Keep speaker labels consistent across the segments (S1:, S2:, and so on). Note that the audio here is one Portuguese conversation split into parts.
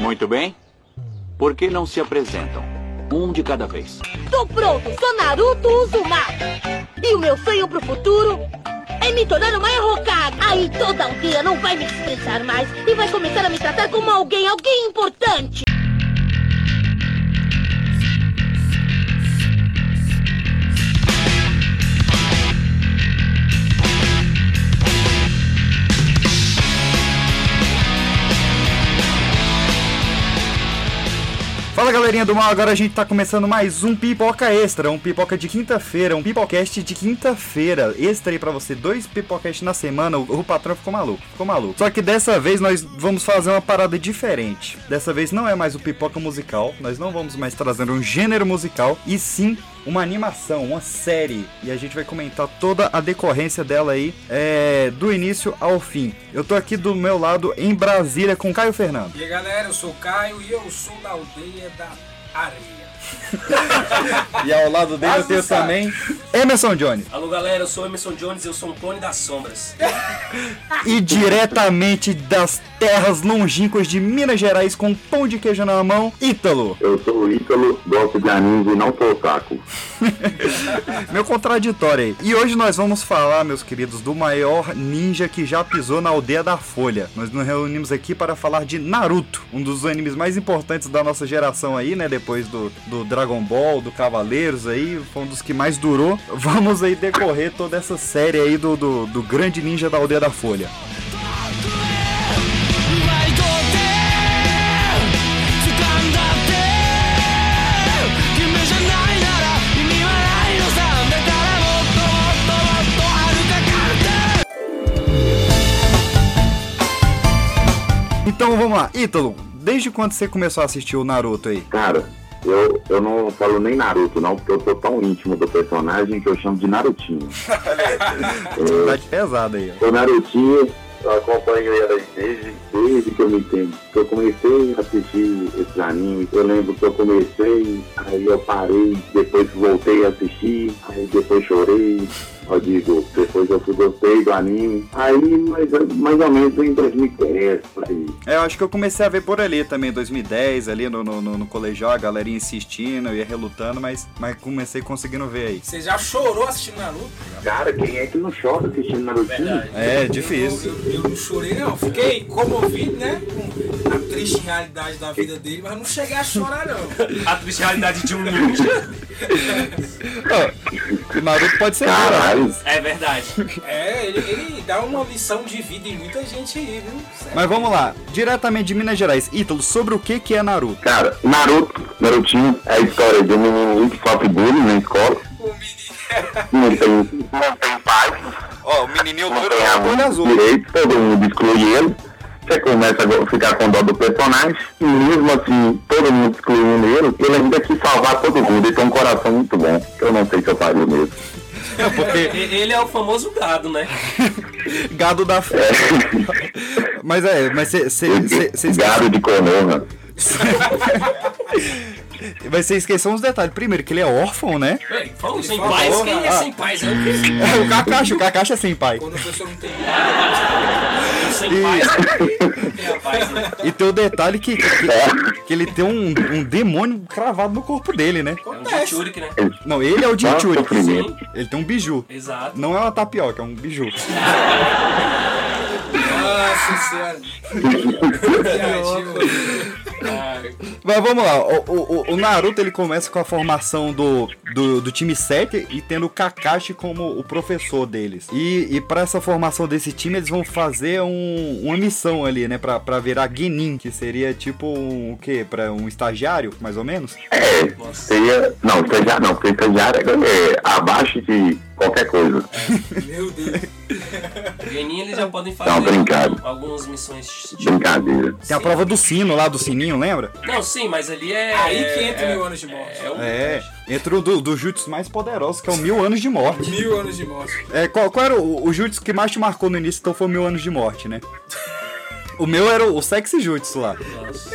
S1: Muito bem. Por que não se apresentam? Um de cada vez.
S2: Tô pronto, sou Naruto Uzumaki. E o meu sonho pro futuro é me tornar uma Hokage. Aí toda aldeia não vai me desprezar mais e vai começar a me tratar como alguém, alguém importante.
S3: Fala galerinha do mal, agora a gente tá começando mais um Pipoca Extra, um pipoca de quinta-feira, um pipocast de quinta-feira. Extra aí pra você, dois pipocast na semana, o, o patrão ficou maluco, ficou maluco. Só que dessa vez nós vamos fazer uma parada diferente. Dessa vez não é mais o pipoca musical, nós não vamos mais trazer um gênero musical, e sim uma animação, uma série. E a gente vai comentar toda a decorrência dela aí, é, do início ao fim. Eu tô aqui do meu lado em Brasília com Caio Fernando.
S4: E aí galera, eu sou o Caio e eu sou da aldeia da areia.
S3: E ao lado dele eu tenho
S4: Azuzá.
S3: também Emerson Johnny.
S5: Alô galera, eu sou o Emerson Jones, eu sou um clone das sombras.
S3: E diretamente das terras longínquas de Minas Gerais com pão de queijo na mão, Ítalo.
S6: Eu sou o Ítalo, gosto de anime e não sou otaku.
S3: Meu contraditório aí. E hoje nós vamos falar, meus queridos, do maior ninja que já pisou na aldeia da Folha. Nós nos reunimos aqui para falar de Naruto, um dos animes mais importantes da nossa geração aí, né? Depois do, do Dragon Ball, do Cavaleiros aí, foi um dos que mais durou. Vamos aí decorrer toda essa série aí do, do, do grande ninja da aldeia da Folha. Então vamos lá, Ítalo, desde quando você começou a assistir o Naruto aí?
S6: Cara, eu, eu não falo nem Naruto, não, porque eu tô tão íntimo do personagem que eu chamo de Narutinho.
S3: Atividade pesada aí, ó.
S6: O Narutinho, eu acompanho ele desde, desde que eu me entendo. Que eu comecei a assistir esses animes, eu lembro que eu comecei, aí eu parei, depois voltei a assistir, aí depois chorei. Eu digo, depois eu fui- gostei do anime. Aí, mais, mais ou menos em 2010, por aí.
S3: É, eu acho que eu comecei a ver por ali também, 2010, ali no, no, no, no colegial, a galerinha insistindo, eu ia relutando, mas, mas comecei conseguindo ver aí.
S4: Você já chorou assistindo Naruto?
S6: Cara, quem é que não chora assistindo Narutinho?
S3: É,
S4: Eu,
S3: difícil.
S4: não- eu não chorei não, fiquei comovido, né? Com a triste realidade da vida dele, mas não cheguei a chorar não.
S5: A triste realidade de um ninja.
S3: Ó, o Naruto pode ser cara.
S6: Caralho,
S5: É verdade.
S4: É, ele, ele dá uma lição de vida em muita gente aí, viu? Sério.
S3: Mas vamos lá, diretamente de Minas Gerais, Ítalo, sobre o que que é Naruto?
S6: Cara, Naruto, Narutinho, é a história de um menino muito sofre bullying na escola.
S4: O menino-
S6: Não tem, um não tem pai,
S7: Ó, o menininho
S6: não
S7: duro.
S6: tem
S3: Olho é azul. né?
S6: amor direito, todo mundo exclui ele. Você começa a ficar com dó do personagem, e mesmo assim, todo mundo excluindo ele, ele ainda quis salvar todo mundo, ele tem um coração muito bom. Eu não sei se eu faria mesmo.
S3: Porque
S5: E- Ele é o famoso gado, né?
S3: gado da fé. Mas é, mas você
S6: Gado de corona.
S3: esqueceu uns detalhes. Primeiro, que ele é órfão, né?
S5: Bem, Falando sem
S4: falou,
S5: paz, quem é
S3: ah.
S5: sem paz? Eu que sei.
S3: É o Kakashi, o Kakashi é sem pai.
S4: Quando a pessoa não tem
S5: É Sem paz, né? tem a paz, né?
S3: E tem o detalhe que, que, que ele tem um, um demônio cravado no corpo dele, né?
S5: É um Jinchurik, né?
S3: Não, ele é o
S6: Só
S3: Jinchuri.
S6: sofrimento.
S3: Ele tem um biju.
S5: Exato.
S3: Não é uma tapioca, é um biju.
S4: Nossa senhora. Criativo.
S3: Mas vamos lá, o, o- o Naruto ele começa com a formação do, do, do time 7 e tendo o Kakashi como o professor deles. E, e para essa formação desse time, eles vão fazer um- uma missão ali, né? Pra, pra virar Genin, que seria tipo um, o quê? Pra um estagiário, mais ou menos?
S6: É, seria. Não, estagiário não, porque estagiário é, é abaixo de qualquer coisa.
S4: Meu Deus.
S5: Geninho eles já
S3: Tá
S5: podem fazer
S6: Não, brincado.
S5: algumas missões. tipo-
S6: Brincadeira.
S3: Tem a prova do sino lá, do sininho, lembra?
S5: Não, sim, mas ali é.
S4: Aí que entra
S5: é,
S4: mil anos de morte.
S5: É, o-
S3: É, entre o do, do jutsu mais poderoso, que é o Mil Anos de Morte.
S5: um-
S4: Mil anos de morte.
S3: É, qual, qual era o, o jutsu que mais te marcou no início, então foi Mil Anos de Morte, né? O meu era o Sexy Jutsu lá.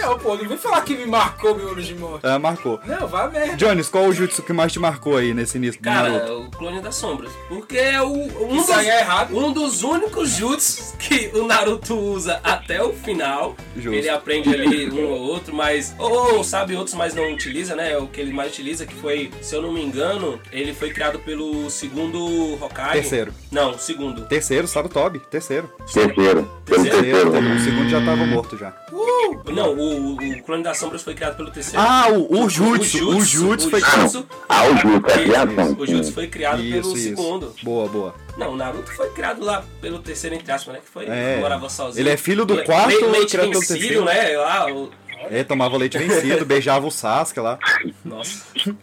S4: Não, pô, não vem falar que me marcou meu olho de morte.
S3: Ah, marcou.
S4: Não, vai merda.
S3: Jones, qual o jutsu que mais te marcou aí nesse início do Naruto?
S5: Cara, o Clone das Sombras. Porque é o, um,
S4: Isso
S5: dos,
S4: aí é errado.
S5: um dos únicos jutsus que o Naruto usa até o final.
S3: Justo.
S5: Ele aprende ali um ou outro, mas. Ou, ou sabe outros, mas não utiliza, né? É O que ele mais utiliza, que foi, se eu não me engano, ele foi criado pelo segundo Hokage.
S3: Terceiro.
S5: Não, segundo.
S3: Terceiro, Sarutobi. Terceiro.
S6: Terceiro. Pelo
S3: Terceiro.
S6: terceiro.
S3: O segundo já tava morto já.
S5: Não, o, o- o Clone das Sombras foi criado pelo terceiro.
S3: Uh! Ah, o, o jutsu. O jutsu, foi...
S5: o jutsu-
S6: Ah, o Jutsu, a
S5: Isso,
S6: criação.
S5: isso. O Jutsu foi criado pelo
S3: Isso, isso.
S5: segundo.
S3: Boa, boa.
S5: Não, o Naruto foi criado lá pelo terceiro, entre aspas, né? Que foi.
S3: É.
S5: que Morava sozinho.
S3: Ele é filho do
S5: Le-
S3: quarto,
S5: le-
S3: ele é
S5: leite
S3: criado pelo
S5: vencido,
S3: terceiro.
S5: né? Lá, o...
S3: É, tomava leite vencido, beijava o Sasuke lá.
S5: Nossa.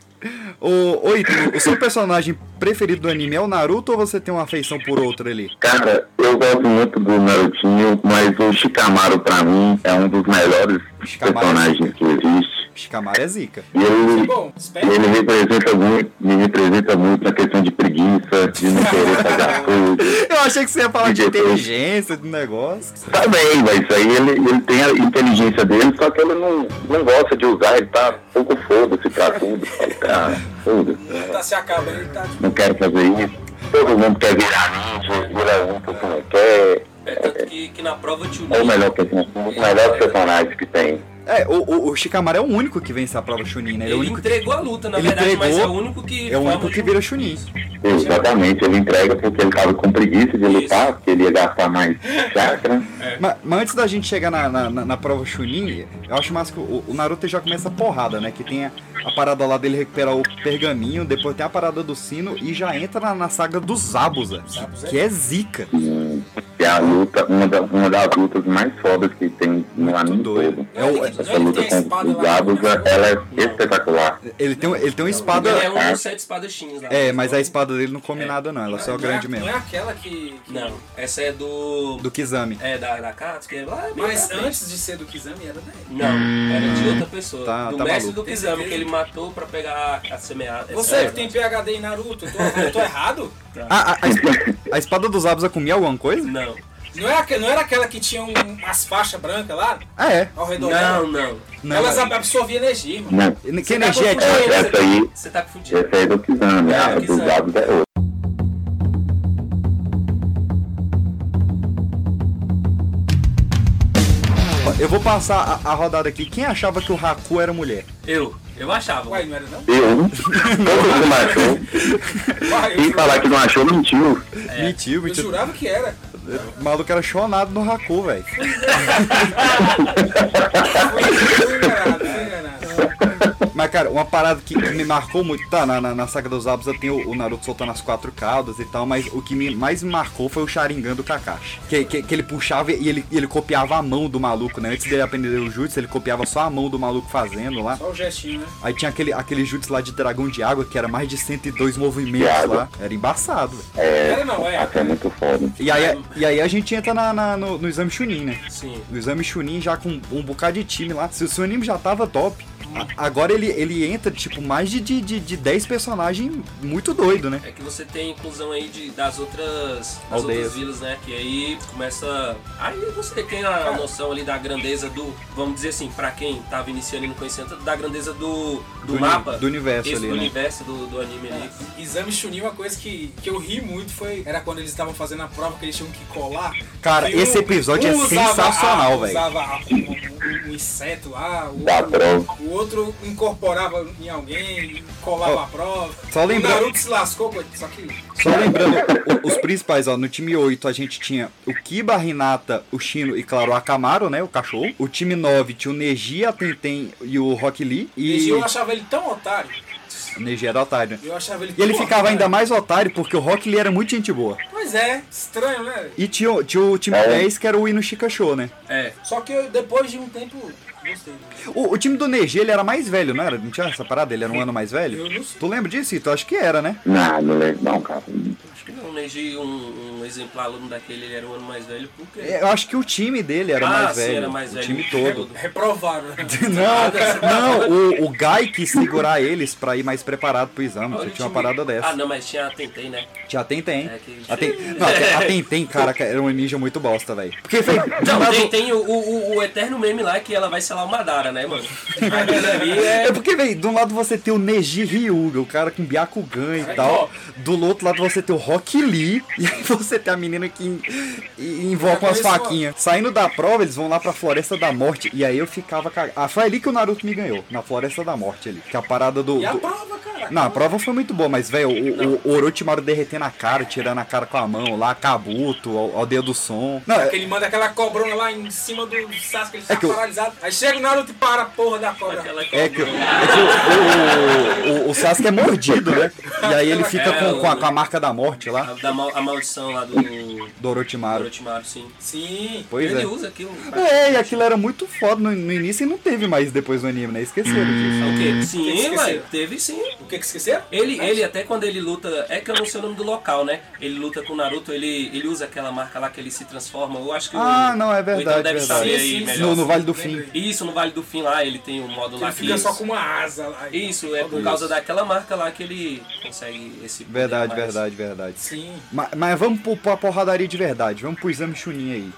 S3: Ô, ô Ito, o seu personagem preferido do anime é o Naruto ou você tem uma afeição por outro ali?
S6: Cara, eu gosto muito do Narutinho, mas o Shikamaru pra mim é um dos melhores
S3: Shikamaru.
S6: personagens que existe.
S3: Shikamaru é zica.
S6: E ele,
S4: Bom, espera.
S6: ele representa muito, me representa muito na questão de preguiça, de não querer fazer as coisas.
S3: Eu achei que você ia falar de
S6: de
S3: inteligência, do negócio.
S6: Tá bem, mas isso aí ele, ele tem a inteligência dele, só que ele não, não gosta de usar, ele tá pouco foda-se pra tudo. Ele tá foda
S4: Tá se acabando, ele tá.
S6: não quero fazer isso. Todo mundo quer virar ninja, vira um porque não quer.
S5: É tanto que, que na prova tio
S6: É o melhor, person- um dos melhores personagens que tem.
S3: É, o, o, o Shikamaru é o único que vence a prova Chunin, né? Ele é o
S5: Ele
S3: único
S5: entregou a luta, na
S3: ele
S5: verdade, mas é
S3: entregou,
S5: o único que.
S3: É o único
S5: forma
S3: que
S5: de-
S3: vira Chunin.
S6: Exatamente, ele entrega porque ele tava com preguiça de lutar, porque ele ia gastar mais chakra.
S3: Ma- Mas, antes da gente chegar na, na, na- na prova Chunin, eu acho massa que o, o Naruto já começa a porrada, né? Que tem a, a parada lá dele recuperar o pergaminho, depois tem a parada do sino e já entra na, na saga dos Zabuza, que, que é zica.
S6: E é a luta, uma, da- uma das lutas mais fodas que tem no anime
S3: doido.
S6: todo.
S3: É o-
S6: Essa luta com os Zabuza, ela é espetacular.
S3: Ele tem, um- ele tem uma espada.
S5: Ele é um dos sete espadachins lá.
S3: É, mas a espada dele não come nada, não. Ela só é
S4: Não
S3: grande
S4: não
S3: mesmo.
S4: é aquela que. que-
S5: Não, essa é do.
S3: Do Kizami.
S5: É, da, da Katsuki. é lá, bem
S4: Mas
S5: pra frente.
S4: antes de ser do Kizami era dele.
S5: Não, era de outra pessoa.
S3: Tá-
S5: do
S3: tá
S5: mestre
S3: maluco.
S5: do Kizami, que ele matou pra pegar a semeada.
S4: Você que tem PHD em Naruto, eu tô, eu tô errado?
S3: Ah, a, a espada, a espada dos Zabuza comia alguma coisa?
S5: Não.
S4: Não, é aque- não era aquela que tinha um, umas faixas brancas lá
S3: Ah, é.
S4: ao redor
S5: Não,
S4: dela?
S5: não.
S3: Não,
S4: Elas
S3: mas-
S4: ab- absorviam energia, irmão.
S6: Né?
S3: Que energia é
S5: Você tá
S3: tipo-
S5: confundindo,
S6: Essa aí-
S5: Você tá confundindo.
S6: Essa aí é do Kizami, a dos Zabuza é outra.
S3: Eu vou passar a, a rodada aqui. Quem achava que o Haku era mulher?
S5: Eu, eu achava.
S4: Uai, não era não?
S6: Eu, todo mundo achou.
S4: Uai,
S6: Quem falar que não achou, mentiu.
S3: Mentiu,
S4: eu
S3: mentiu.
S4: jurava que era.
S3: O maluco era chonado no Haku, velho.
S4: Fui enganado, fui enganado.
S3: Mas, cara, uma parada que que me marcou muito, tá? Na, na, na saga dos Zabuza tem o, o Naruto soltando as quatro caudas e tal, mas o que me, mais me marcou foi o Sharingan do Kakashi. Que, que, que ele puxava e ele, e ele copiava a mão do maluco, né? Antes dele aprender o jutsu, ele copiava só a mão do maluco fazendo lá.
S4: Só o gestinho, né?
S3: Aí tinha aquele, aquele jutsu lá de dragão de água, que era mais de 102 movimentos
S6: água.
S3: lá. Era embaçado, velho.
S4: Era não, é.
S6: Até muito foda.
S3: E aí, e aí a gente entra na, na- no, no exame Chunin, né?
S5: Sim.
S3: No exame Chunin já com um bocado de time lá. Se, se o anime já tava top, a- agora ele, ele entra, tipo, mais de, de, de, de 10 personagens muito doido, né?
S5: É que você tem a inclusão aí de, das outras das
S3: Aldeias.
S5: outras vilas, né? Que aí começa. Aí você tem a noção ali da grandeza do. Vamos dizer assim, pra quem tava iniciando e não conhecia tanto, da grandeza do, do,
S3: uni-
S5: mapa.
S3: do universo
S5: Isso,
S3: ali,
S5: do
S3: né?
S5: universo do, do anime ali.
S4: Exame Chunin, uma coisa que, que eu ri muito foi. Era quando eles estavam fazendo a prova que eles tinham que colar.
S3: Cara,
S4: E
S3: esse episódio é
S4: usava
S3: sensacional,
S4: a-
S3: velho. Tá
S4: Usava a- um, um- um inseto lá, o
S6: Da prova.
S4: outro, o outro incorporava em alguém, colava
S3: Ó,
S4: a prova.
S3: só lembrar-
S4: O Naruto se lascou, coitado, só que.
S3: Só lembrando, o- os principais, ó, no time 8 a gente tinha o Kiba, a Hinata, o Shino e, claro, o Akamaru, né, o cachorro. O time 9 tinha o Neji, a Tenten e o Rock Lee.
S4: E
S3: E
S4: eu achava ele tão otário.
S3: o Neji era otário, né?
S4: Eu achava ele
S3: E ele
S4: tão
S3: ficava
S4: otário.
S3: ainda mais otário porque o Rock Lee era muito gente boa.
S4: Pois é, estranho, né?
S3: E tinha, o- tinha o time
S6: É.
S3: 10 que era o Inushika Show, né?
S5: É.
S4: Só que eu, depois de um tempo, gostei. né?
S3: O, o time do Neji, ele era mais velho, não era? Não tinha essa parada? Ele era um ano mais velho?
S4: Eu não sei.
S3: Tu lembra disso? Tu acha que era, né?
S6: Não, não lembro, não, cara.
S5: Acho que não, né? corrigir um, um exemplar aluno daquele, ele era um ano mais velho, porque.
S3: Eu acho que o time dele era
S5: Ah,
S3: mais
S5: sim,
S3: velho.
S5: era mais
S3: o
S5: velho. Ah,
S3: time todo.
S4: Reprovaram, né?
S3: Não, não, o, o Guy quis segurar eles pra ir mais preparado pro exame. Você
S5: Olha o
S3: tinha uma
S5: time.
S3: parada
S5: Ah,
S3: dessa.
S5: não, mas tinha Tentei, né?
S3: Já tentem,
S5: É que-
S3: A Ten- Não, a a Tentem, cara, era um ninja muito bosta, velho. Porque foi.
S5: Não, tem, tem o, o, o eterno meme lá que ela vai selar o Madara, né, mano? Aquilo ali é.
S3: É porque, velho, de um lado você tem o Neji Ryuga, o cara com Byakugan e tal. Do outro lado você tem o Rock Lee. E aí você tem a menina que in- e- invoca umas
S4: Começou.
S3: faquinhas. Saindo da prova, eles vão lá pra Floresta da Morte. E aí eu ficava cagado. Ah, foi ali que o Naruto me ganhou. Na Floresta da Morte ali. Que é a parada do.
S4: E a
S3: do-
S4: prova, cara?
S3: Não, a prova foi muito boa, mas, velho, o, o Orochimaru derretendo a cara, tirando a cara com a mão lá, Kabuto, ao, ao dedo do som. Não, é-
S4: Que ele manda aquela cobrona lá em cima do Sasuke, ele
S3: É
S4: tá
S3: que eu-
S4: paralisado. Aí chega o Naruto e para a porra da cobra.
S5: Aquela
S3: É que, é que o, o, o- o Sasuke é mordido, né? E aí ele fica
S5: É,
S3: com, com a,
S5: o-
S3: com a marca da morte
S5: A,
S3: lá,
S5: da mal- a maldição lá do do
S3: do Orochimaru.
S5: Orochimaru, sim.
S4: Sim.
S3: Pois
S5: Ele
S3: é.
S5: usa aquilo.
S3: É, e aquilo era muito foda no, no início e não teve mais depois no anime, né? Esqueceram disso.
S5: É O quê?
S4: Tem
S5: Sim,
S4: que
S5: mas
S4: esquecer.
S5: teve sim.
S4: O que que esqueceram?
S5: Ele, ele até quando ele luta, é que eu não sei o nome do local, né? Ele luta com o Naruto, ele, ele usa aquela marca lá que ele se transforma. Eu acho que
S3: Ah,
S5: o,
S3: não, é
S4: Então
S5: o Heitor
S3: verdade,
S5: deve saber
S4: verdade.
S5: aí
S4: Sim, sim,
S5: melhor.
S3: No, no Vale do Fim.
S4: Lembrei.
S5: Isso, no Vale do Fim lá, ele tem um modo
S4: Ele
S5: lá que
S4: fica só com uma asa lá.
S5: Isso, é por
S4: Isso.
S5: causa daquela marca lá que ele consegue esse poder
S3: Verdade,
S5: mais.
S3: verdade, verdade.
S4: Sim.
S3: Ma- Mas, vamos pro, pra porradaria de verdade, vamos pro exame Chunin aí.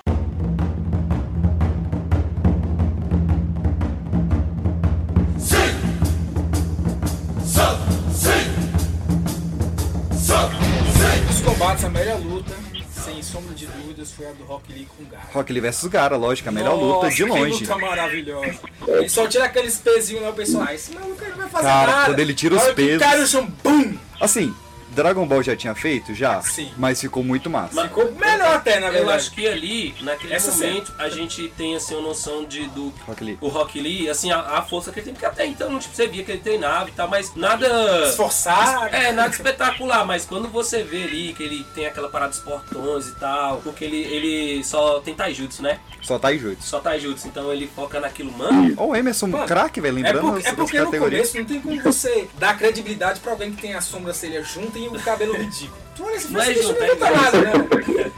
S4: Os combates, a melhor luta, sem sombra de dúvidas, foi a do Rock Lee com o Gara.
S3: Rock Lee vs Gara, lógico, a melhor
S4: Nossa,
S3: luta de
S4: que
S3: longe.
S4: luta maravilhosa. Ele só tira aqueles pezinhos lá, o pessoal, ah, esse maluco aí não vai fazer
S3: Cara,
S4: nada.
S3: quando ele tira os
S4: Na hora que
S3: pesos.
S4: Cai no chão, bum!
S3: Assim, Dragon Ball já tinha feito? Já.
S4: Sim.
S3: Mas ficou muito massa.
S4: Ficou melhor até, na
S5: Eu
S4: verdade.
S5: acho que ali, naquele
S4: Essa
S5: momento, a gente tem assim uma noção de do
S3: Rock Lee.
S5: o Rock Lee, assim, a, a força que ele tem, porque até então tipo, você via que ele treinava e tal, mas nada.
S4: Esforçado.
S5: É, nada espetacular, mas quando você vê ali que ele tem aquela parada dos portões e tal, porque ele, ele só tem taijutsu, né?
S3: Só Taijutsu.
S5: Só taijutsu, então ele foca naquilo, mano.
S3: Ó, o Emerson,
S4: Mano,
S3: craque, velho,
S4: É,
S3: lembrando
S4: por,
S3: as,
S4: é
S3: as
S4: porque no
S3: categorias.
S4: começo não tem como você dar credibilidade pra alguém que tem a sobrancelha junta e o cabelo ridículo. Tu olha esse
S5: Não é
S4: esse bicho
S5: junto,
S4: não
S5: é
S4: luta nada, né?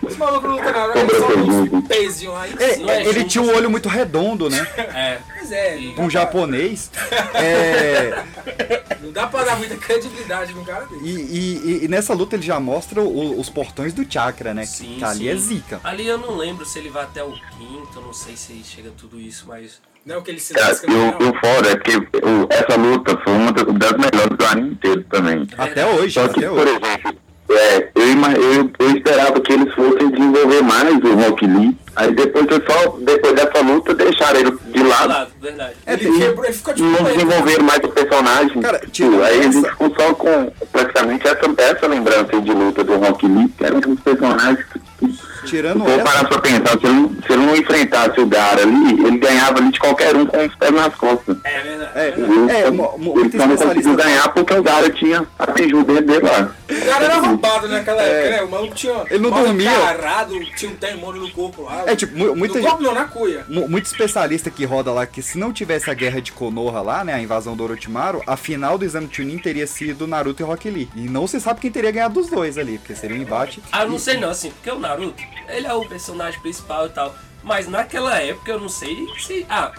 S4: Esse maluco não luta nada, ele só uns pezinhos lá.
S3: É,
S5: Não é
S3: ele
S5: junto,
S3: tinha um olho muito redondo, né?
S5: É.
S4: Pois é, não dá
S3: Um
S4: pra-
S3: japonês. É,
S4: Não dá pra dar muita credibilidade num cara dele.
S3: e, e- e nessa luta ele já mostra o- os portões do chakra, né?
S5: Sim,
S3: que ali
S5: sim.
S3: é zica.
S5: Ali eu não lembro se ele vai até o quinto, não sei se chega tudo isso, mas.
S4: Não é o que ele se
S6: É,
S4: lasca
S6: e
S4: no
S6: o, e o
S4: final.
S6: foda é que o- essa luta foi uma das das melhores do anime inteiro também.
S3: Até hoje,
S6: Só que,
S3: até
S6: por
S3: hoje.
S6: exemplo, é, eu, ima- eu, eu esperava que eles fossem desenvolver mais o Rock Lee. Aí depois eu só, depois dessa luta, deixaram ele de lado.
S5: Claro, verdade.
S3: É,
S4: Ele
S3: tem-
S4: quebrou, ele ficou
S6: e
S4: de
S6: Não
S4: poeta.
S6: desenvolveram mais o personagem.
S3: Cara,
S6: Tipo,
S3: tira
S6: aí
S3: essa.
S6: eles ficam só com praticamente essa, essa lembrança de luta do Rock Lee, que era um dos personagens que. Se
S3: tirando
S6: eu
S3: essa,
S6: parar pra pensar, se ele, não- se ele não enfrentasse o Gara ali, ele ganhava ali de qualquer um com os pés nas costas.
S4: É verdade.
S3: é, é, mo- mo-
S6: ele
S3: muito
S6: só não conseguiu
S3: especialista.
S6: ganhar porque o Gara tinha a Tiju dentro dele lá.
S4: O cara era roubado naquela
S3: É.
S4: época, né? O maluco tinha.
S3: Ele não
S4: mal
S3: dormia.
S4: Encarado, tinha um demônio no corpo lá.
S3: É, tipo, mu- muita
S4: No
S3: gente-
S4: corpo não, na cuia.
S3: Mu- Muito especialista que roda lá que se não tivesse a guerra de Konoha lá, né, a invasão do Orochimaru, a final do exame Chunin teria sido Naruto e Rock Lee. E não se sabe quem teria ganhado dos dois ali, porque seria um embate.
S5: Ah, eu não sei não, assim, porque o Naruto, ele é o personagem principal e tal. Mas naquela época eu não sei se. Ah,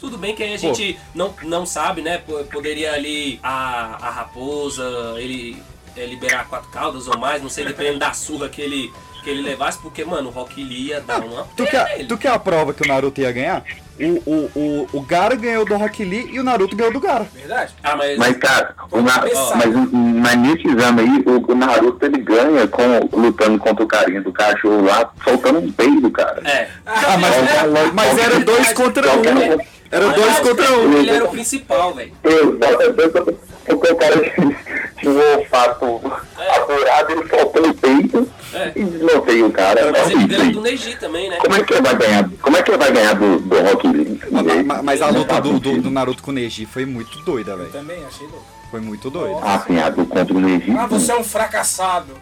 S5: tudo bem que aí a gente não, não sabe, né? po- Poderia ali a, a raposa, ele é, liberar quatro caudas ou mais, não sei, dependendo da surra que ele, que ele levasse, porque, mano, o Rock Lee ia dar uma.
S3: Ah, Tu
S5: pena
S3: quer,
S5: nele.
S3: tu quer a prova que o Naruto ia ganhar? O, o, o, o Gara ganhou do Rock Lee e o Naruto ganhou do Gara.
S4: é Verdade?
S5: Ah, mas.
S6: Mas, cara, o Na-
S4: Ó.
S6: mas, mas nesse exame aí, o, o Naruto ele ganha com, lutando contra o carinha do cachorro lá, soltando um peido, cara.
S5: É.
S3: Ah, mas, mas era dois contra um. né? Era dois contra um.
S5: Ele era o principal, velho.
S6: Exatamente, Porque o cara tinha um olfato apurado, ele soltou o peito
S5: É.
S6: e desloqueia o cara.
S5: Mas ele ganhou do Neji também, né?
S6: Como é que ele vai ganhar? Como é que ele vai ganhar do, do Rock Lee?
S3: Ma- ma- Mas, a
S6: Não
S3: luta
S6: tá faz
S3: do, do,
S6: sentido.
S3: do Naruto com o Neji foi muito doida,
S4: Eu
S3: velho.
S4: também achei louco.
S3: Foi muito doida.
S6: Ah, sim, a do contra o Egito.
S4: Ah, você é um fracassado.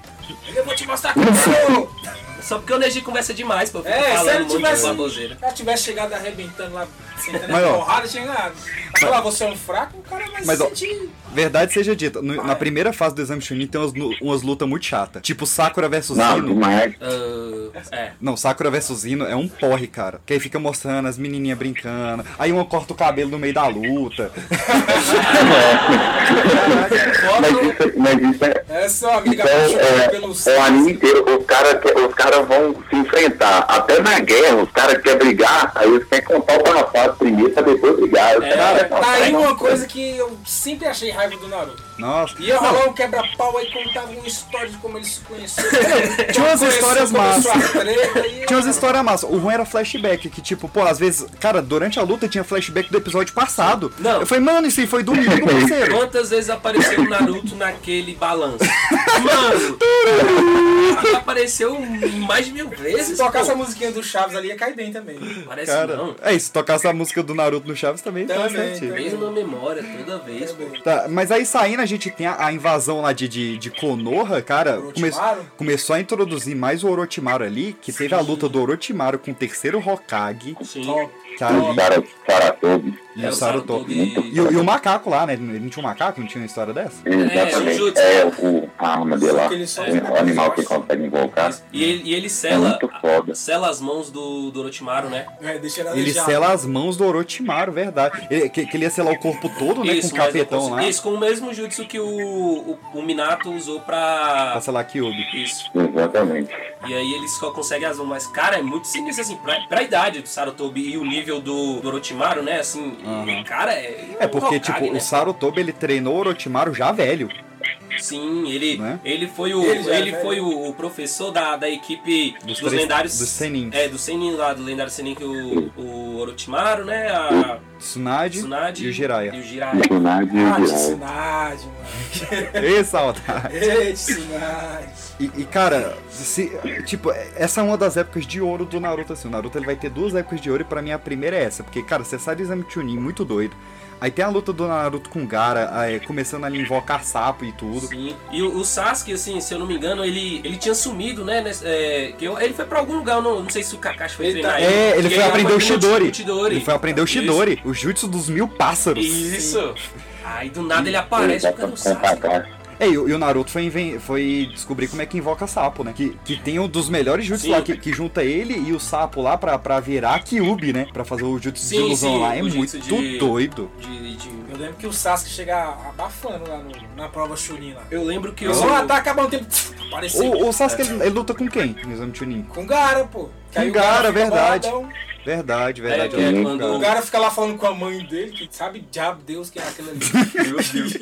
S4: Eu vou te mostrar como é.
S5: Só porque o Neji conversa demais, pô. Fica
S4: É, se
S5: falando
S4: ele
S5: muito
S4: tivesse.
S5: baboseira.
S4: Se ele tivesse chegado arrebentando lá, sentando
S3: Mas,
S4: na
S3: ó.
S4: porrada, chegando. Falar, você é um fraco, o cara vai
S3: Mas,
S4: se
S3: ó.
S4: sentir.
S3: Verdade seja dita, no- na primeira fase do exame Chunin tem umas, nu- umas lutas muito chatas. Tipo Sakura versus
S6: Não,
S3: Ino.
S6: demais.
S5: Ah, é.
S3: Não, Sakura versus Ino é um porre, cara. Que aí fica mostrando as menininhas brincando. Aí uma corta o cabelo no meio da luta.
S6: Mas isso, mas isso é.
S4: né? É só amiga
S6: Então,
S4: apaixonada pelo
S6: é,
S4: sexo.
S6: o anime inteiro, os caras os cara vão se enfrentar. Até na guerra, os caras querem brigar, aí eles querem contar o passado primeiro pra depois brigar. "Ah, Os
S5: É,
S6: cara,
S4: Tá aí uma coisa que eu sempre achei raiva do Naruto.
S3: Nossa.
S4: Ia
S3: Não,
S4: rolar um quebra-pau aí contava uma história de como eles se conheceram.
S3: Tinha umas histórias massas. Tinha umas
S4: histórias.
S3: histórias massas. O ruim era flashback, que tipo, pô, às vezes, cara, durante a luta tinha flashback do episódio passado.
S5: Não.
S3: Eu falei, mano, isso aí foi domingo, parceiro.
S5: Quantas vezes apareceu o Naruto naquele balanço? Mano! ele apareceu mais de mil
S4: Se
S5: vezes.
S4: tocar
S5: pô.
S4: essa musiquinha do Chaves ali ia cair bem também.
S5: Parece
S3: Cara,
S5: não.
S3: é isso, tocar essa música do Naruto no Chaves também, faz
S4: Também,
S3: sentido.
S4: também.
S5: Mesma memória toda vez, pô.
S3: Tá, mas aí saindo a gente tem a, a invasão lá de, de, de Konoha, cara. Come,
S4: Orochimaru?
S3: começou a introduzir mais o Orochimaru ali, que teve a luta do Orochimaru com o terceiro Hokage,
S5: Sim.
S3: cara,
S6: Os caras, os caras todos.
S3: e,
S5: É,
S3: o
S5: o
S3: Sarutobi.
S5: Sarutobi.
S3: E, o- e o macaco lá, né? Não tinha um macaco? Não tinha uma história dessa?
S6: Exatamente.
S5: Jujutsu.
S6: É, o, a arma dele lá.
S4: que ele É, só
S6: é O animal que consegue invocar. É
S5: E ele, e ele sela,
S6: muito foda.
S5: sela as mãos do, do Orochimaru, né?
S4: É, deixa ela
S3: Ele
S4: aleijar.
S3: sela as mãos do Orochimaru, verdade. Ele, que, que ele ia selar o corpo todo, né? com o
S5: mas não
S3: capetão
S5: consegui-
S3: lá.
S5: Isso, com o mesmo jutsu que o, o, o Minato usou pra...
S3: Pra selar Kyubi.
S5: Isso.
S6: Exatamente.
S5: E aí eles só conseguem as mãos. Mas, cara, é muito sinistro, assim, pra, pra idade do Sarutobi e o nível do, do Orochimaru, né? Assim,
S3: Aham.
S5: cara, é...
S3: É porque,
S5: um Hokage,
S3: tipo,
S5: né?
S3: o Sarutobi, ele treinou o Orochimaru já velho.
S5: Sim, ele,
S3: Né?
S5: ele foi o,
S4: Ele
S5: ele
S4: já era
S5: foi o, o professor da, da equipe
S3: Dos
S5: dos,
S3: três-
S5: lendários.
S3: dos Senins.
S5: É, do Senin lá, do lendário Senin, que o, o Orochimaru, né? A
S3: Tsunade,
S5: Tsunade
S3: e o Jiraiya.
S5: E o Jiraiya.
S6: Do nada e
S4: Ah,
S6: o
S4: de
S6: Jiraiya.
S4: Sinade, mano.
S3: Ei, saudade.
S4: Ei, de Sinade.
S3: tá. E, e, cara, se, tipo, essa é uma das épocas de ouro do Naruto, assim. O Naruto ele vai ter duas épocas de ouro e pra mim a primeira é essa. Porque, cara, você sai do exame Chunin muito doido. Aí tem a luta do Naruto com o Gara, aí, começando ali a invocar sapo e tudo.
S5: Sim. E o, o Sasuke, assim, se eu não me engano, ele, ele tinha sumido, né? nesse- é, que eu- ele foi pra algum lugar, eu não, não sei se o Kakashi foi
S4: Ele tá-
S5: treinar
S3: É, ele
S5: E
S3: foi aprender o
S5: com
S3: Shidori.
S5: Chidori.
S3: Ele foi aprender o Shidori, o jutsu dos mil pássaros.
S5: Isso. Aí do nada ele
S6: Ele
S5: aparece
S6: tá
S5: por causa do
S6: com
S5: Sasuke.
S6: Kakashi.
S3: É, e, o- e o Naruto foi, inven- foi descobrir como é que invoca sapo, né? Que, que tem um dos melhores jutsu
S5: Sim.
S3: lá, que, que junta ele e o sapo lá pra, pra virar Kyubi, né? Pra fazer o jutsu de
S5: Sim,
S3: ilusão
S5: sim,
S3: lá. É
S5: o
S3: muito
S5: jutsu de-
S3: doido.
S5: De- de-
S4: Eu lembro que o Sasuke chega abafando lá no- na prova Chunin lá.
S5: Eu lembro que
S4: Eu
S5: o.
S4: só um ataque, acabar um tempo. Apareceu. É.
S3: O, o Sasuke, ele, ele luta com quem no exame Chunin?
S4: Com o Gara, pô. Que aí
S3: Com
S4: o
S3: Gaara,
S4: fica
S3: verdade.
S4: boladão.
S3: Verdade,
S5: É,
S3: verdade.
S5: que é
S3: eu-
S5: quando
S4: O Gara fica lá falando com a mãe dele, que sabe diabo Deus que é aquilo ali.
S5: Meu Deus.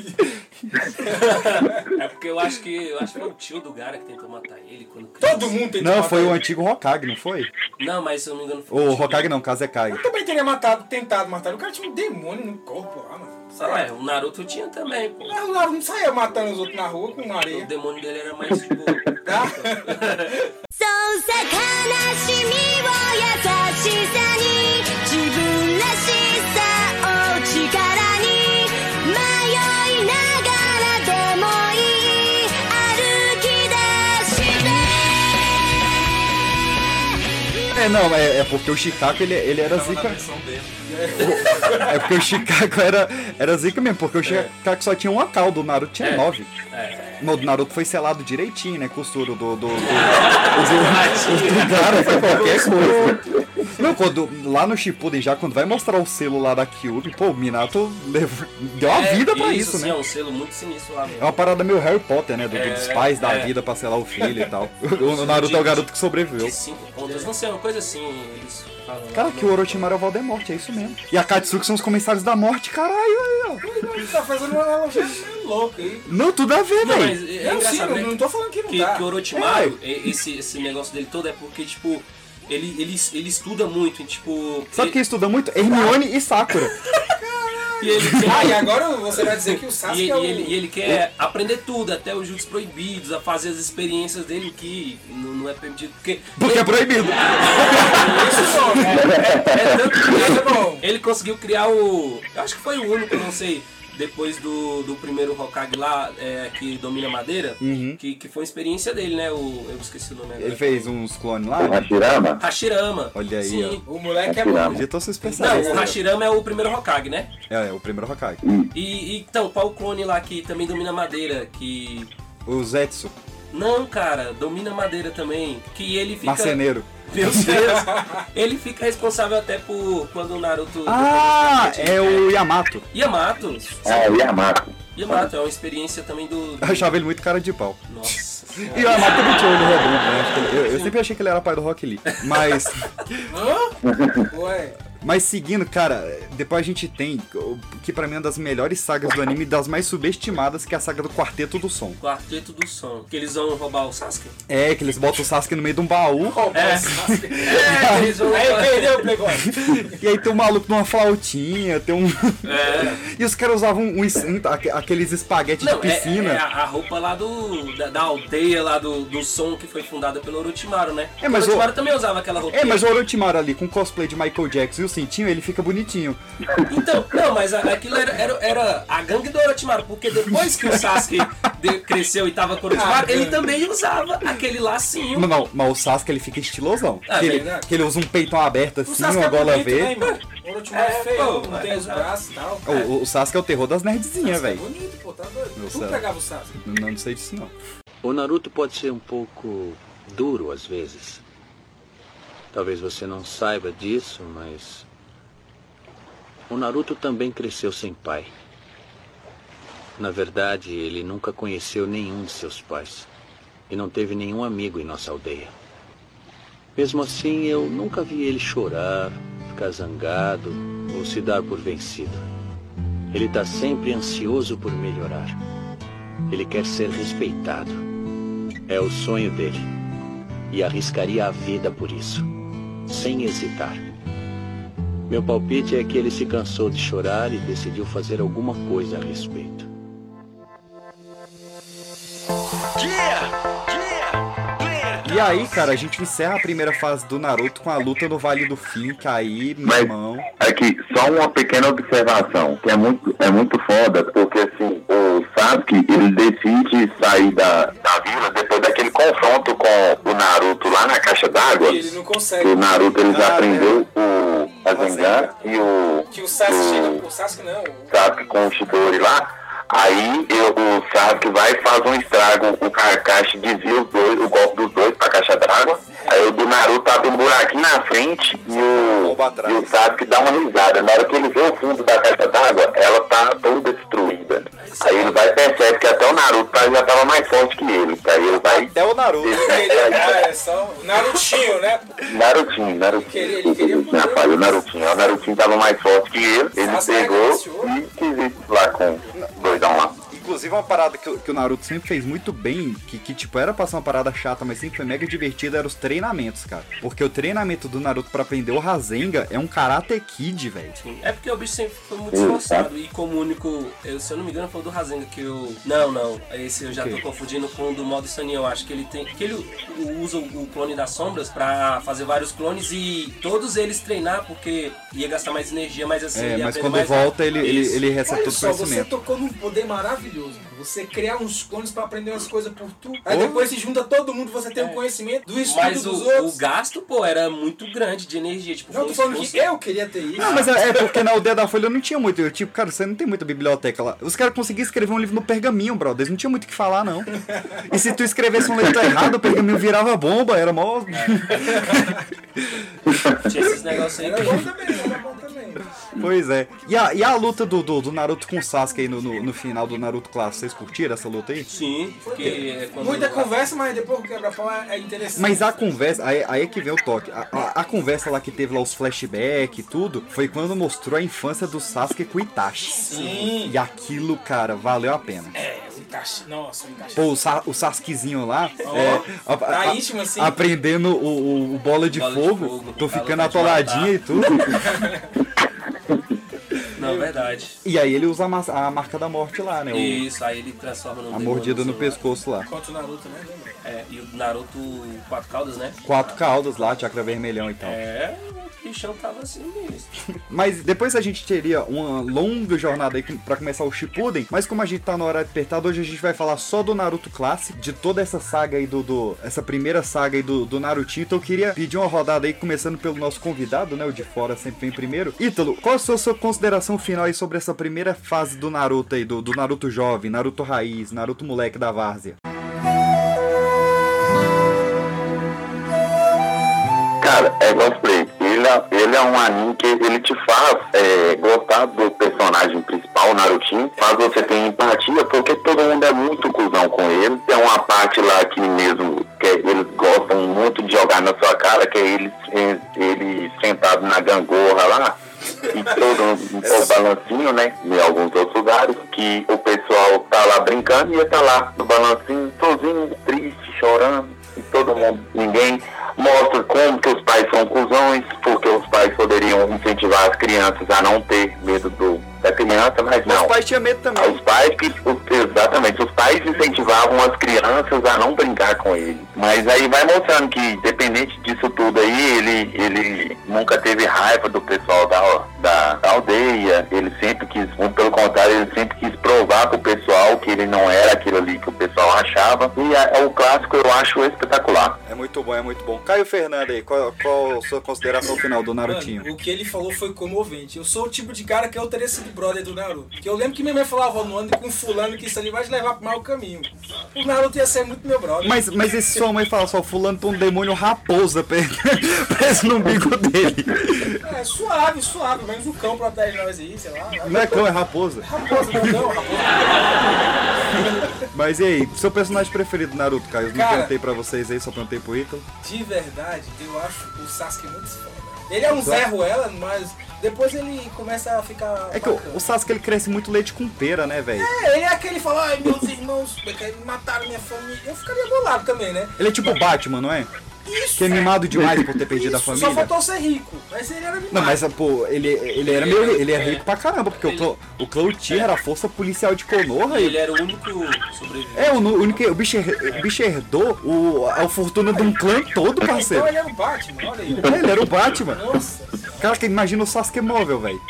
S5: é porque eu acho que eu acho que foi o tio do Gara que tentou matar ele quando criança.
S4: Todo mundo tem
S3: Não, foi o antigo Hokage, não foi?
S5: Não, mas se eu não me engano foi
S3: Ou
S5: tio.
S3: Hokage não, Kazekage.
S4: Eu também teria matado, tentado matar. ele. O cara tinha um demônio no corpo lá, mano. Sei lá.
S5: Ah, é, o Naruto tinha também, pô.
S4: Mas o Naruto não saía matando os outros na rua com
S5: O
S4: areia.
S5: demônio dele era mais tipo.
S4: Tá?
S7: そうさ悲しみを優しさに自分らしさを力に迷いながらでもいい歩き出して
S3: É, não, é, é porque o Chicago ele, ele era zica. É porque o Chicago era, era zica mesmo, porque o Chicago só tinha um acal, do Naruto tinha nove.
S5: É,
S3: No do Naruto foi selado direitinho, né? Costuro do. do, do, do, do- do cara foi qualquer coisa. Não, quando, lá no Shippuden já, quando vai mostrar o selo lá da Kyubi, pô, o Minato levou- deu a
S5: É,
S3: vida pra isso,
S5: sim,
S3: né?
S5: É um selo muito sinistro lá,
S3: É
S5: velho.
S3: uma parada meio Harry Potter, né? Do,
S5: É,
S3: dos pais da
S5: é.
S3: vida pra selar o filho e tal. O, o Naruto é o garoto que sobreviveu.
S5: De cinco pontos, não sei, uma coisa assim, eles falam. lá.
S3: Cara, que o Orochimaru é o Voldemort, é isso mesmo. E a Katsuki são os comissários da morte, caralho. aí, ó.
S4: Ele tá fazendo uma analogia meio louca aí.
S3: Não, tudo a ver,
S5: Não, mas
S3: velho.
S5: é,
S4: Não, sim,
S5: engraçado,
S4: não,
S5: né?
S4: não tô falando que não
S5: que,
S4: tá.
S5: que o Orochimaru, e- esse, esse negócio dele todo é porque, tipo, ele, ele, ele estuda muito, e, tipo.
S3: Sabe
S5: e-
S3: quem estuda muito? Hermione e Sakura.
S5: e ele tem-
S4: Ah, e agora você vai dizer que o
S5: E,
S4: Sasuke
S5: e
S4: é o...
S5: ele, e ele quer aprender tudo, até os jutsus proibidos, a fazer as experiências dele que não, não é permitido. Porque,
S3: Porque é proibido.
S4: Isso não, né?
S5: é tanto que
S4: Tá bom.
S5: ele conseguiu criar o. Eu acho que foi o único, eu não sei. depois do, do primeiro Hokage lá, é, que domina madeira,
S3: Uhum.
S5: que, que foi a experiência dele, né? O, eu esqueci o nome agora.
S3: Ele fez uns clones lá? né?
S6: O Hashirama?
S5: Hashirama.
S3: Olha aí,
S5: Sim.
S4: O moleque é bom.
S3: Eu tô sendo especialista.
S5: Não, o Hashirama é o primeiro Hokage, né?
S3: É, é o primeiro Hokage.
S5: E, e, então, qual o clone lá que também domina madeira? Que.
S3: O Zetsu,
S5: Não, cara, domina madeira também. Que ele fica.
S3: marceneiro.
S5: Meu Deus! ele fica responsável até por quando o Naruto.
S3: Ah, é o Yamato.
S5: Yamato.
S6: Ah, o Yamato.
S5: Yamato é uma experiência também do.
S3: Eu achava ele muito cara de pau.
S5: Nossa.
S3: E o Yamato também tinha olho redondo, né? Acho que ele- Eu, eu sempre achei que ele era pai do Rock Lee. Mas,
S4: Ué,
S3: mas seguindo, cara, depois a gente tem o que pra mim é uma das melhores sagas do anime, das mais subestimadas, que é a saga do Quarteto do Som.
S5: Quarteto do Som. Que eles vão roubar o Sasuke?
S3: É, que eles botam o Sasuke no meio de um baú.
S5: É, eles vão.
S4: aí
S3: né?
S4: perdeu o Playboy.
S3: E aí tem um maluco numa flautinha, tem um.
S5: É.
S3: E os caras usavam um, es- um- aque- aqueles espaguetes de
S5: Não, é,
S3: piscina.
S5: é a, a roupa lá do, da, da aldeia lá do, do som que foi fundada pelo Orochimaru, né?
S3: É, mas o-
S5: o Orochimaru também usava aquela roupa.
S3: É, mas o Orochimaru ali com cosplay de Michael Jackson e o cintinho, ele fica bonitinho.
S5: Então, não, mas a- aquilo era, era, era a gangue do Orochimaru, porque depois que o Sasuke de- cresceu e tava com o Orochimaru, ele também usava aquele lacinho.
S3: Não, não, mas o Sasuke ele fica estilosão.
S5: Ah,
S3: que, ele,
S4: verdade.
S3: que ele usa um peitão aberto assim,
S4: Sasuke
S3: uma
S4: é
S3: gola
S4: bonito, né,
S3: V.
S4: irmão? O Orochimaru
S5: É,
S4: é
S5: pô,
S4: feio, não tem
S5: mas-
S4: os braços e tal.
S3: O, o- o Sasuke é o terror das nerdzinhas,
S4: É
S3: velho.
S4: bonito, pô, tá doido.
S3: Meu
S4: tu
S3: céu.
S4: pegava o Sasuke.
S3: Não, não sei disso não.
S1: O Naruto pode ser um pouco duro às vezes. Talvez você não saiba disso, mas. O Naruto também cresceu sem pai. Na verdade, ele nunca conheceu nenhum de seus pais. E não teve nenhum amigo em nossa aldeia. Mesmo assim, eu nunca vi ele chorar, ficar zangado ou se dar por vencido. Ele está sempre ansioso por melhorar. Ele quer ser respeitado. É o sonho dele. E arriscaria a vida por isso, sem hesitar. Meu palpite é que ele se cansou de chorar e decidiu fazer alguma coisa a respeito.
S3: E aí, cara, a gente encerra a primeira fase do Naruto com a luta no Vale do Fim, que aí, meu
S6: Mas-
S3: irmão.
S6: Aqui, só uma pequena observação, que é muito, é muito foda, porque assim, o Sasuke, ele decide sair da, da vila depois daquele confronto com o Naruto lá na caixa d'água.
S4: Ele não consegue.
S6: Que o Naruto, ele
S3: Ah,
S6: aprendeu o Rasengan e o,
S4: é. Que o Sasuke
S6: o
S4: chega. O Sasuke não. o-
S3: Tá.
S6: Sasuke com o Chidori lá. Aí eu, o Sasuke vai e faz um estrago, o Kakashi desvia os dois, o golpe dos dois pra caixa d'água. Aí o do Naruto abre um buraquinho na frente e o,
S3: Rouba atrás.
S6: e o Sasuke dá uma risada. Na hora que ele vê o fundo da caixa d'água, ela tá toda destruída. Aí ele vai e percebe que até o Naruto tá- já tava mais forte que ele. que Aí ele vai.
S3: Até é o Naruto.
S4: Ele, ah, é só o Narutinho, né?
S6: Narutinho,
S4: Queria-
S6: Narutinho.
S4: ele queria poder.
S6: Rapaz, o Narutinho. O Narutinho tava mais forte que ele. Ele
S4: Sasuke
S6: pegou
S4: agradeceu.
S6: e quis ir lá com o doidão lá.
S3: Inclusive, uma parada que, o- que o Naruto sempre fez muito bem, que, que, tipo, era pra ser uma parada chata, mas sempre foi mega divertida, eram os treinamentos, cara. Porque o treinamento do Naruto pra aprender o Rasenga é um Karate Kid, velho.
S5: É porque o bicho sempre foi muito esforçado e como único, eu, se eu não me engano, foi o do Rasenga que eu. Não, não, esse eu já tô confundindo com o do modo Sunny, eu acho que ele tem. que ele u- usa o clone das sombras pra fazer vários clones e todos eles treinar, porque ia gastar mais energia, mas assim.
S3: É,
S5: ia
S3: mas
S5: aprender
S3: quando
S5: mais
S3: volta, ele, ele,
S5: Isso.
S3: ele recebe
S4: Olha
S3: todo o
S4: só, você tá-
S3: conhecimento.
S4: tocou num poder maravilhoso. mano. Você criar uns clones pra aprender umas coisas por tu. Aí
S3: Oh.
S4: depois se junta todo mundo, você tem o conhecimento do estudo
S5: É. Mas
S4: dos
S5: o, o
S4: outros.
S5: gasto, pô, era muito grande de energia. Tipo,
S4: Não,
S5: foi um
S4: tô falando que
S5: esforço-
S4: eu queria ter isso.
S3: Não, mas é, é porque na aldeia da Folha eu não tinha muito. Eu, tipo, cara, você não tem muita biblioteca lá. Os caras conseguiam escrever um livro no pergaminho, brother. Eles não tinham muito o que falar, não. E se tu escrevesse um letra errado, o pergaminho virava bomba, era mó.
S5: Tinha esses negócios
S3: é
S5: aí.
S4: Era
S5: que-
S4: É bom também, era bom também.
S3: pois é. E a, e a luta do, do, do Naruto com o Sasuke aí no, no, no final do Naruto Clássico, vocês curtiram essa luta aí?
S5: Sim, porque é quando.
S4: Muita conversa, mas depois o quebra-pau é é interessante.
S3: Mas a conversa, aí, aí é que vem o toque. A, a- a conversa lá que teve lá os flashback e tudo, foi quando mostrou a infância do Sasuke com o Itachi.
S4: Sim.
S3: E aquilo, cara, valeu a pena.
S4: É, o encaixe. Nossa, o encaixe.
S3: Pô, o, Sa o Sasukezinho lá,
S4: Ó,
S3: é, a-
S4: tá
S3: a-
S4: íntimo, assim.
S3: aprendendo o, o, o bola de
S5: Bola de
S3: fogo,
S5: fogo,
S3: tô
S5: tá
S3: ficando
S5: vontade de
S3: atoladinha
S5: matar.
S3: e tudo.
S5: Não, verdade.
S3: e aí ele usa a, mas- a marca da morte lá, né? o-
S5: Isso, aí ele transforma no
S3: a mordida no
S5: pescoço.
S3: pescoço lá.
S4: Contra o Naruto, né? lembra?
S5: É, e o Naruto Quatro Caldas, né?
S3: Quatro caudas lá, chakra vermelhão e tal.
S5: É, que bichão tava assim mesmo.
S3: Mas depois a gente teria uma longa jornada aí pra começar o Shippuden, mas como a gente tá na hora apertada, hoje a gente vai falar só do Naruto clássico, de toda essa saga aí do... do- essa primeira saga aí do, do Naruto. Então eu queria pedir uma rodada aí, começando pelo nosso convidado, né? O de fora sempre vem primeiro. Ítalo, qual a sua, sua consideração final aí sobre essa primeira fase do Naruto aí, do, do Naruto jovem, Naruto raiz, Naruto moleque da várzea?
S6: Cara, é igual eu falei, ele, é- ele é um anime que ele te faz é, gostar do personagem principal, Narutinho, faz você ter empatia, porque todo mundo é muito cuzão com ele. Tem uma parte lá que mesmo que eles gostam muito de jogar na sua cara, que é ele, ele sentado na gangorra lá. E todo mundo- o balancinho, né? Em alguns outros lugares, que o pessoal tá lá brincando e ele tá lá no balancinho, sozinho, triste, chorando e todo mundo, ninguém mostra como que os pais são cuzões, porque os pais poderiam incentivar as crianças a não ter medo do, da criança, mas
S3: Meus
S6: não.
S3: pais tinham medo
S6: Ah,
S3: também.
S6: Os pais que. os- Exatamente, os pais incentivavam as crianças a não brincar com ele. Mas aí vai mostrando que, independente disso tudo aí, ele, ele nunca teve raiva do pessoal da, da, da aldeia. Ele sempre quis, muito pelo contrário, ele sempre quis provar pro pessoal que ele não era aquilo ali que o pessoal achava. E é, é o clássico eu acho espetacular.
S3: É muito bom, é muito bom. Caio Fernando aí, qual, qual a sua consideração final do Narutinho?
S4: Mano, o que ele falou foi comovente. Eu sou o tipo de cara que eu teria sido brother do Naruto. Porque eu lembro que minha mãe falava, "Ó, não ande com fulano que isso ali vai te levar pro mau caminho. O Naruto ia ser muito meu brother.
S3: Mas, mas e se sua mãe falar só, fulano tem um demônio raposa pe- preso no bico dele.
S4: É, suave, suave. Menos o cão pra atrás de nós aí, sei lá.
S3: Não é cão, é raposa.
S4: Raposa, não, não, raposa.
S3: Mas e aí, seu personagem preferido do Naruto, Caio? Eu não
S4: Cara-
S3: perguntei pra vocês aí, só perguntei pro Ítalo.
S4: De verdade, eu acho o Sasuke muito foda. Ele é um Zé Ruela, mas depois ele começa a ficar
S3: É que o,
S4: bacana.
S3: o Sasuke ele cresce muito leite com pera, né, velho?
S4: É, ele é aquele que fala, ai meus irmãos mataram minha família. Eu ficaria bolado também, né?
S3: Ele é tipo o Batman, não é?
S4: Isso,
S3: Que é mimado demais por ter perdido a
S4: isso, Só
S3: família.
S4: faltou ser rico. Mas ele era mimado.
S3: Não, mas, pô, ele, ele era meio. Ele é rico pra caramba, porque o Clo- o Cloutier era a força policial de Konoha e
S5: Ele
S4: é-
S5: era o único sobrevivente.
S3: É, o, nu- o único, o bicho, her- o bicho herdou o, a fortuna de um clã todo,
S4: Então
S3: parceiro.
S4: ele era o Batman, olha aí.
S3: É, Ele era o Batman.
S4: Nossa.
S3: Cara, que imagina o Sasuke móvel, velho.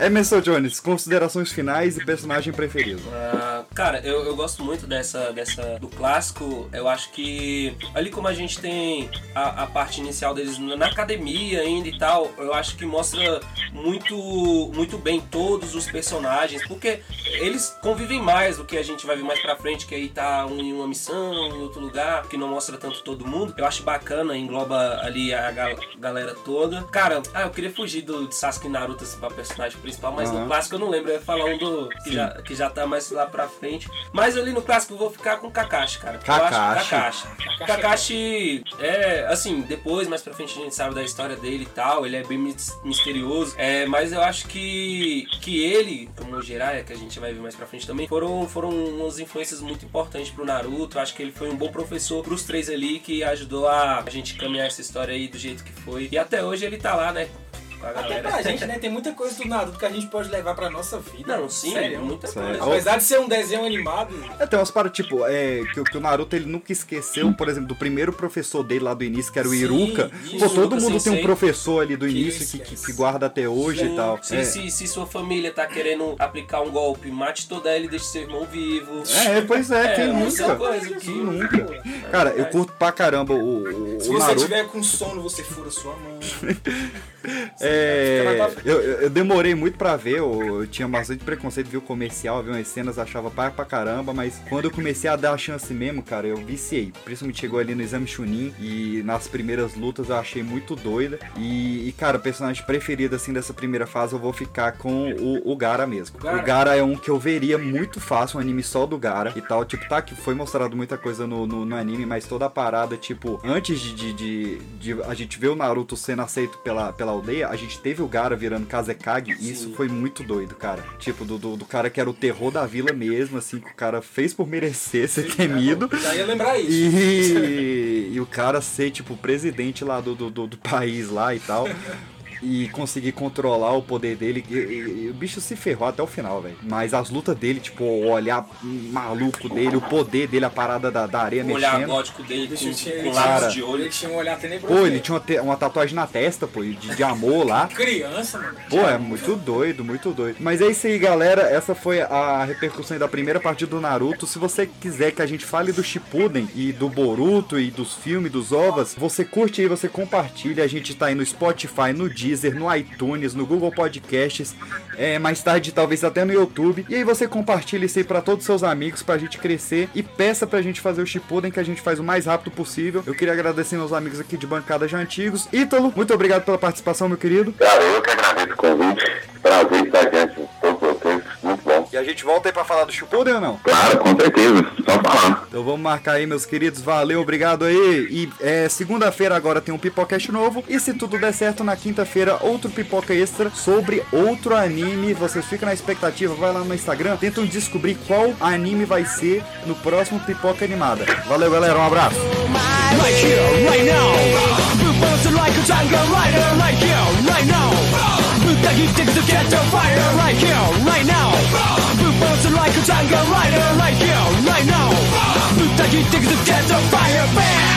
S3: Emerson É, Jones, considerações finais e personagem preferido.
S5: Ah, cara, eu, eu gosto muito dessa, dessa do clássico. Eu acho que ali como a gente tem a, a parte inicial deles na na academia ainda e tal, eu acho que mostra muito, muito bem todos os personagens, porque eles convivem mais do que a gente vai ver mais pra frente, que aí tá um em uma missão, um em outro lugar, que não mostra tanto todo mundo. Eu acho bacana, engloba ali a ga- galera toda. Cara, ah, eu queria fugir do de Sasuke e Naruto assim, pra personagem principal, mas
S3: Aham.
S5: no clássico eu não lembro, eu ia falar um do que já, que já tá mais lá pra frente. Mas ali no clássico eu vou ficar com o Kakashi, cara. Eu acho
S3: Kakashi.
S5: que Kakashi. Kakashi é, assim, depois, mais pra frente a gente sabe da história dele e tal, ele é bem mis- misterioso, é, mas eu acho que, que ele, como o Jiraiya, que a gente vai ver mais pra frente também, foram, foram umas influências muito importantes pro Naruto, eu acho que ele foi um bom professor pros três ali, que ajudou a, a gente caminhar essa história aí do jeito que foi, e até hoje ele tá lá, né, com a
S4: Até
S5: galera.
S4: pra gente, né? Tem muita coisa do Naruto que a gente pode levar pra nossa vida.
S5: Não, sim,
S4: Sério.
S5: muita
S3: Sério.
S5: coisa.
S4: Apesar de ser um desenho animado,
S3: É, tem umas paradas, tipo, é, que, o- que o Naruto ele nunca esqueceu, por exemplo, do primeiro professor dele lá do início, que era o
S4: Sim,
S3: Iruka.
S4: isso,
S3: Pô, todo
S5: Iruka
S3: mundo tem um
S5: sensei.
S3: professor ali do
S4: Que
S3: início que, que, que guarda até hoje e tal.
S5: Se,
S3: É.
S5: se, se sua família tá querendo aplicar um golpe, mate toda ela e deixe seu irmão vivo.
S3: É, pois é,
S5: É,
S3: quem
S5: muita
S3: nunca?
S5: coisa
S3: Quem
S5: que-
S3: nunca? Cara, eu curto pra caramba o, o,
S4: se
S3: o
S4: você
S3: Naruto.
S4: tiver com sono, você fura sua mão.
S3: É,
S4: Fica mais pra
S3: eu, eu- eu demorei muito pra ver, eu, eu tinha bastante preconceito, vi o comercial, vi umas cenas, achava pai pra caramba, mas quando eu comecei a dar a chance mesmo, cara, eu viciei. Principalmente chegou ali no exame Chunin e nas primeiras lutas eu achei muito doida. E, e, cara, o personagem preferido assim dessa primeira fase eu vou ficar com o, o Gara mesmo.
S4: Gaara.
S3: O Gara é um que eu veria muito fácil, um anime só do Gara e tal. Tipo, tá que foi mostrado muita coisa no, no, no anime, mas toda a parada, tipo, antes de, de, de- de a gente ver o Naruto sendo aceito pela, pela aldeia, a gente teve o Gara virando Kazekage e isso foi muito doido, cara. Tipo, do, do, do cara que era o terror da vila mesmo, assim, que o cara fez por merecer ser temido.
S4: Já
S5: é
S4: ia lembrar isso.
S3: E, e o cara ser, tipo, o presidente lá do, do, do- do país lá e tal. e conseguir controlar o poder dele. E, e- e o bicho se ferrou até o final, velho. Mas as lutas dele, tipo, o olhar maluco dele, o poder dele, a parada da, da areia
S5: O olhar
S3: mexendo.
S5: gótico dele
S4: Bicho, tinha,
S5: com, com
S4: ele,
S5: lápis
S3: Cara.
S5: de
S4: tinha,
S5: olho.
S4: ele tinha um olhar tenebroso.
S3: Pô, ele tinha uma, te- uma tatuagem na testa, pô, de, de amor lá.
S4: Criança, mano.
S3: Pô, é muito doido, muito doido. Mas é isso aí, galera. Essa foi a repercussão aí da primeira partida do Naruto. Se você quiser que a gente fale do Shippuden e do Boruto e dos filmes, dos ovas, você curte aí, você compartilha. A gente tá aí no Spotify, no Deezer, no iTunes, no Google Podcasts, é, mais tarde talvez até no YouTube. E aí você compartilha isso aí pra todos os seus amigos, pra gente crescer. E peça pra gente fazer o Shippuden, que a gente faz o mais rápido possível. Eu queria agradecer meus amigos aqui de bancada já antigos. Ítalo, muito obrigado pela participação, meu querido.
S6: Cara, eu que agradeço o convite. Prazer estar diante de todos vocês. Muito bom.
S3: E a gente volta aí pra falar do Shippuden ou não?
S6: Claro, com certeza. Só falar.
S3: Então vamos marcar aí, meus queridos. Valeu, obrigado aí. E é, segunda-feira agora tem um Pipocast novo. E se tudo der certo, na quinta-feira, outro Pipoca Extra sobre outro anime. Vocês ficam na expectativa, vai lá no Instagram, tentam descobrir qual anime vai ser no próximo Pipoca Animada. Valeu, galera. Um abraço.
S8: Right here, right now. Blue bones are like a tiger rider, right here, right now. Blue ducky sticks to catch a fire, right here, right now. Blue bones are like a tiger rider, right here, right now. Blue ducky sticks to catch a fire, man.